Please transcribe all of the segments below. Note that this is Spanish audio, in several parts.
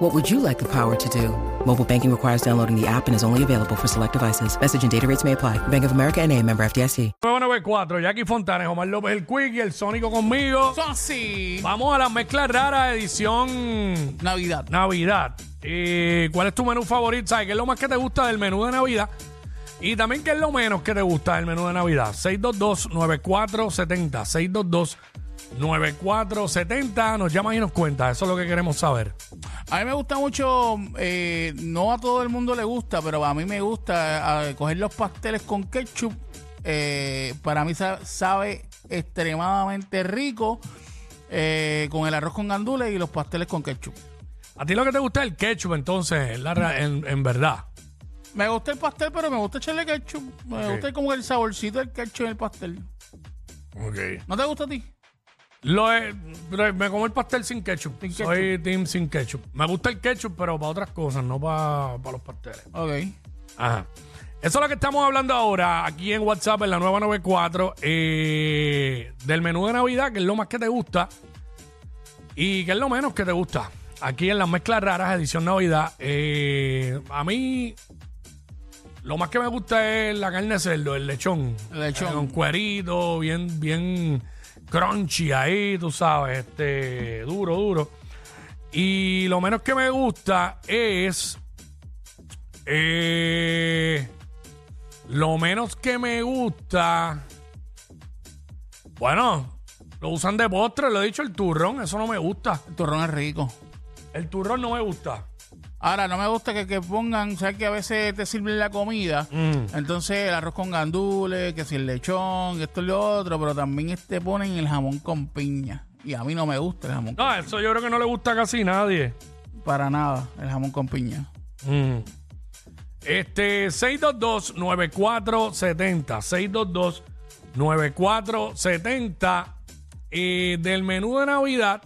What would you like the power to do? Mobile banking requires downloading the app and is only available for select devices. Message and data rates may apply. Bank of America and a member FDIC. 994, Jackie Fontanes, Omar López, el Quick y el Sónico conmigo. Eso así. Vamos a la mezcla rara edición Navidad. Navidad. Eh, ¿Cuál es tu menú favorito? ¿Sabes qué es lo más que te gusta del menú de Navidad? Y también qué es lo menos que te gusta del menú de Navidad. 622-9470. 622-9470. Nos llamas y nos cuentas. Eso es lo que queremos saber. A mí me gusta mucho, eh, no a todo el mundo le gusta, pero a mí me gusta eh, a- coger los pasteles con ketchup. Eh, para mí sa- sabe extremadamente rico eh, con el arroz con gandules y los pasteles con ketchup. A ti lo que te gusta es el ketchup, entonces, en, la ra- en- en verdad. Me gusta el pastel, pero me gusta echarle ketchup. Me Ok. gusta como el saborcito del ketchup en el pastel. Ok. ¿No te gusta a ti? Lo es- pero me como el pastel sin ketchup. ketchup. Soy team sin ketchup. Me gusta el ketchup, pero para otras cosas, no para, para los pasteles. Ok. Ajá. Eso es lo que estamos hablando ahora aquí en WhatsApp, en la nueva 94, eh, del menú de Navidad, que es lo más que te gusta y que es lo menos que te gusta. Aquí en las mezclas raras, edición Navidad, eh, a mí lo más que me gusta es la carne de cerdo, el lechón. El lechón. Eh, con cuerito, bien, bien crunchy ahí, tú sabes, este, duro, duro. Y lo menos que me gusta es... Eh, lo menos que me gusta. Bueno, lo usan de postre, lo he dicho, el turrón, eso no me gusta. El turrón es rico. El turrón no me gusta. Ahora, no me gusta que, que pongan, ¿sabes que a veces te sirven la comida? Mm. Entonces, el arroz con gandules, que si el lechón, que esto y lo otro, pero también este ponen el jamón con piña. Y a mí no me gusta el jamón, No, eso yo creo que no le gusta a casi nadie. para nada, el jamón con piña. Mm. Este, 622-9470. 622-9470. Eh, del menú de Navidad,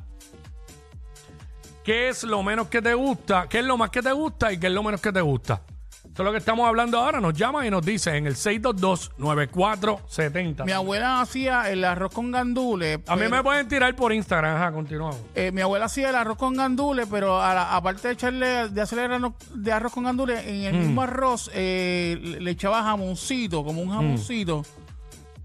¿qué es lo menos que te gusta? ¿Qué es lo más que te gusta y qué es lo menos que te gusta? Esto es lo que estamos hablando ahora. Nos llama y nos dice en el 622-9470. Mi abuela hacía el arroz con gandules. A mí pero- me pueden tirar por Instagram. Ajá, continuamos. eh, mi abuela hacía el arroz con gandules, pero a la- aparte de echarle, de hacerle el arroz- de arroz con gandules, en el Mm. mismo arroz eh, le, le echaba jamoncito, como Mm. un jamoncito.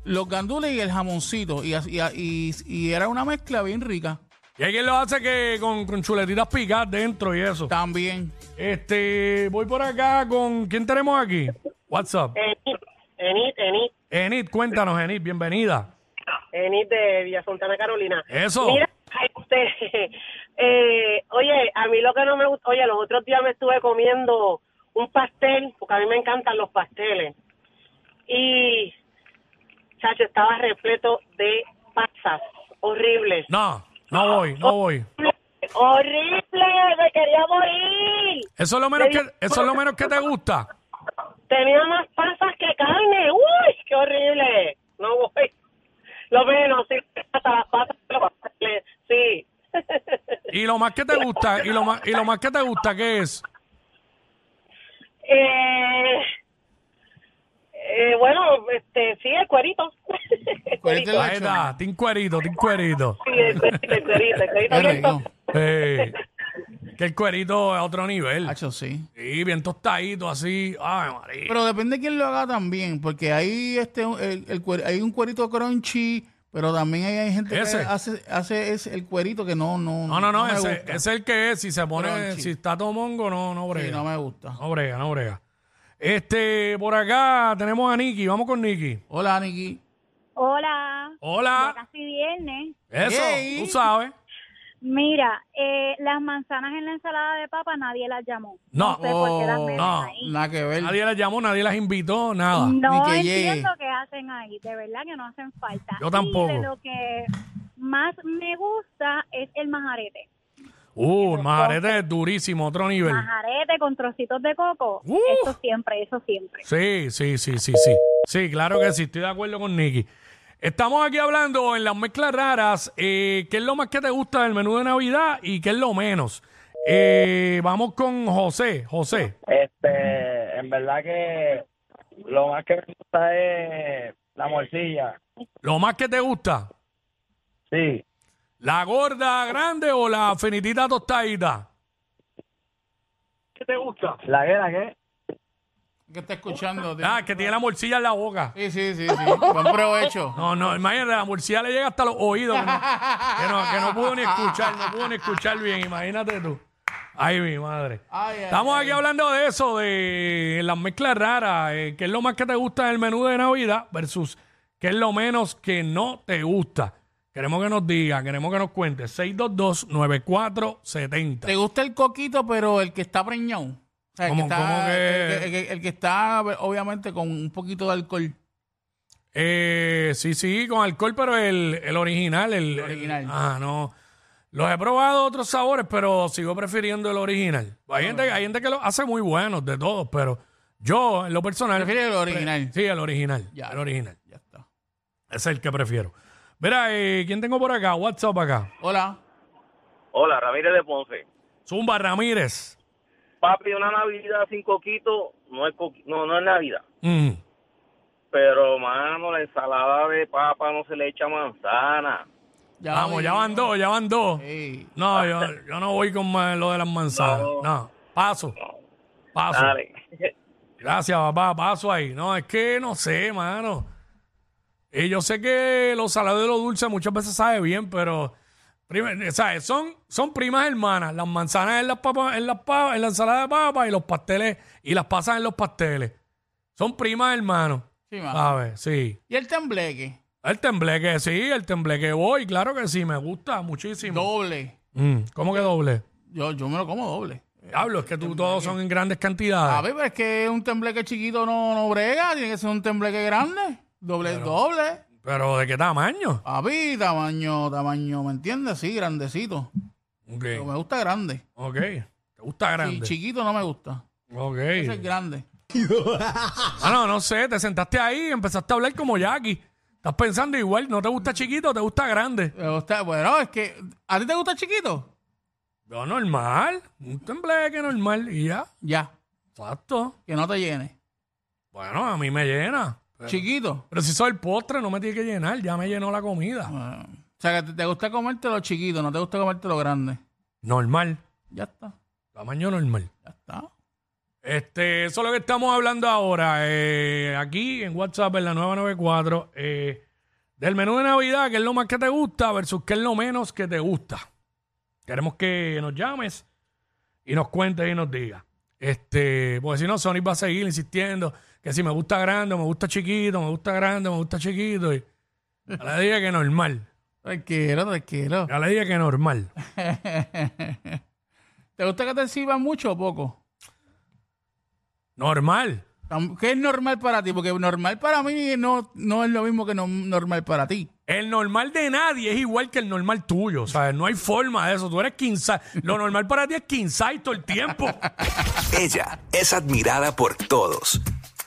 Los gandules y el jamoncito. Y, así- y- y- y era una mezcla bien rica. Y hay quien lo hace que con, con chuletitas picadas dentro y eso. También. Este, voy por acá con. ¿Quién tenemos aquí? WhatsApp. Enid, Enid, Enid, Enid, cuéntanos, Enid, bienvenida. Enid de Villa Fontana, Carolina. Eso. Mira, este, eh, oye, a mí lo que no me gusta, oye, los otros días me estuve comiendo un pastel, porque a mí me encantan los pasteles. Y, chacho, estaba repleto de pasas horribles. No, no voy, no voy. Horrible, me quería morir. Eso es lo menos que, eso es lo menos que te gusta. Tenía más pasas que carne. ¡Uy, qué horrible! No voy. Lo menos, sí, hasta las pasas, pero pasarle, sí. Y lo más que te gusta, y lo más, y lo más que te gusta, ¿qué es? eh, eh, bueno, este, sí, el cuerito. El Cuerito. cuerito. Ahí está, tin cuerito, tin cuerito. Sí, el cuerito, el cuerito, el cuerito. Qué rico. Eh, que el cuerito es a otro nivel. Hacho, sí. Sí, bien tostadito, así. Ay, María. Pero depende de quién lo haga también, porque hay, este, el, el cuer- hay un cuerito crunchy, pero también hay, hay gente Ese. que hace, hace ese- el cuerito que no, no, no, no, no, me ese, gusta. ese es el que es. Si se pone, Crunchy. si está todo mongo, no, no brega. Sí, no me gusta. No brega, no brega. Este, por acá tenemos a Nicky. Vamos con Nicky. Hola, Niki. Hola. Ya Hola. casi viernes. Eso, Yay. tú sabes. Mira, eh, las manzanas en la ensalada de papa nadie las llamó. No. sé por qué las Oh, meten no. ahí. Nada que ver. Nadie las llamó, nadie las invitó, nada. No Ni que llegue. entiendo qué hacen ahí. De verdad que no hacen falta. Yo tampoco. Y de lo que más me gusta es el majarete. Uh, el majarete es durísimo, otro nivel. Majarete con trocitos de coco. Uf. Eso siempre, eso siempre. Sí, sí, sí, sí, sí. Sí, claro que sí, estoy de acuerdo con Nicky. Estamos aquí hablando en las mezclas raras, eh, qué es lo más que te gusta del menú de Navidad y qué es lo menos. Eh, vamos con José, José. Este, en verdad que lo más que me gusta es la morcilla. ¿Lo más que te gusta? Sí, ¿La gorda grande o la finitita tostadita? la que, la que. ¿Qué está escuchando? tío? Ah, que tiene la morcilla en la boca. Sí, sí, sí, sí. Buen provecho. No, no, imagínate, la morcilla le llega hasta los oídos. Que no, que no, que no pudo ni escuchar, no pudo ni escuchar bien, imagínate tú. Ay, mi madre. Ay, ay, Estamos aquí hablando de eso, de las mezclas raras, eh, qué es lo más que te gusta del menú de Navidad versus qué es lo menos que no te gusta. Queremos que nos diga, queremos que nos cuente. 622-9470. ¿Te gusta el coquito, pero el que está preñado? O sea, el ¿Cómo- que cómo está, que- El, que, el que- el que está, obviamente, con un poquito de alcohol. Eh, sí, sí, con alcohol, pero el, el original. El, el- original. ah, no. Los he probado otros sabores, pero sigo prefiriendo el original. Hay, gente, hay gente que lo hace muy buenos de todos, pero yo, en lo personal. ¿Prefieres el original? Sí, el original. Ya. El original. Ya está. Es el que prefiero. Mira, eh, ¿quién tengo por acá? WhatsApp acá. Hola. Hola, Ramírez de Ponce. Zumba Ramírez. Papi, una Navidad sin coquito no es, coqui- no, no es Navidad. Mm. Pero, mano, la ensalada de papa no se le echa manzana. Ya Vamos, voy. Eh. ya van dos, ya van dos. Sí. No, yo, yo no voy con eh, lo de las manzanas. No. No. Paso. Paso. Dale. Gracias, papá. Paso ahí. No, es que no sé, mano. Y yo sé que lo salado y lo dulce muchas veces sabe bien, pero prim- o sea, son, son primas hermanas. Las manzanas en las papas, en las papas, en la ensalada de papas y los pasteles, y las pasas en los pasteles. Son primas hermanos. Sí, mano. ¿Sabes? Sí. Y el tembleque. El tembleque, sí, el tembleque voy, claro que sí, me gusta muchísimo. Doble. Mm, ¿Cómo que doble? Yo, yo me lo como doble. Hablo, es que tú todos son en grandes cantidades. A ver, pero es que un tembleque chiquito no, no brega, tiene que ser un tembleque grande. Doble, doble. Pero ¿de qué tamaño? A mí, tamaño, tamaño, ¿me entiendes? Sí, grandecito. Ok. Pero me gusta grande. Ok. ¿Te gusta Y grande? chiquito no me gusta. ok. Ese es grande. Ah, no, no sé, te sentaste ahí y empezaste a hablar como Jackie. Estás pensando igual, no te gusta chiquito, te gusta grande. Me gusta, bueno, es que. ¿A ti te gusta chiquito? Yo normal, un tembleque normal y ya. Ya, Exacto. que no te llene. Bueno, a mí me llena. Chiquito. Pero si soy el postre, no me tiene que llenar, ya me llenó la comida. Ah, o sea, que te, te gusta comerte lo chiquito, no te gusta comerte lo grande. Normal, Ya está, tamaño normal. ya está. Este, eso es lo que estamos hablando ahora. eh, aquí en WhatsApp, en la 994, eh, del menú de Navidad, que es lo más que te gusta versus qué es lo menos que te gusta. Queremos que nos llames y nos cuentes y nos digas. Este, porque si no, Sony va a seguir insistiendo que si me gusta grande, me gusta chiquito, me gusta grande, me gusta chiquito. Y ya le dije que normal. Tranquilo, tranquilo. Ya le dije que normal. ¿Te gusta que te sirvan mucho o poco? Normal. Tam- ¿Qué es normal para ti? Porque normal para mí no, no es lo mismo que no- normal para ti. El normal de nadie es igual que el normal tuyo. O sea, no hay forma de eso. Tú eres quinza. Lo normal para ti es quinza y todo el tiempo. Ella es admirada por todos.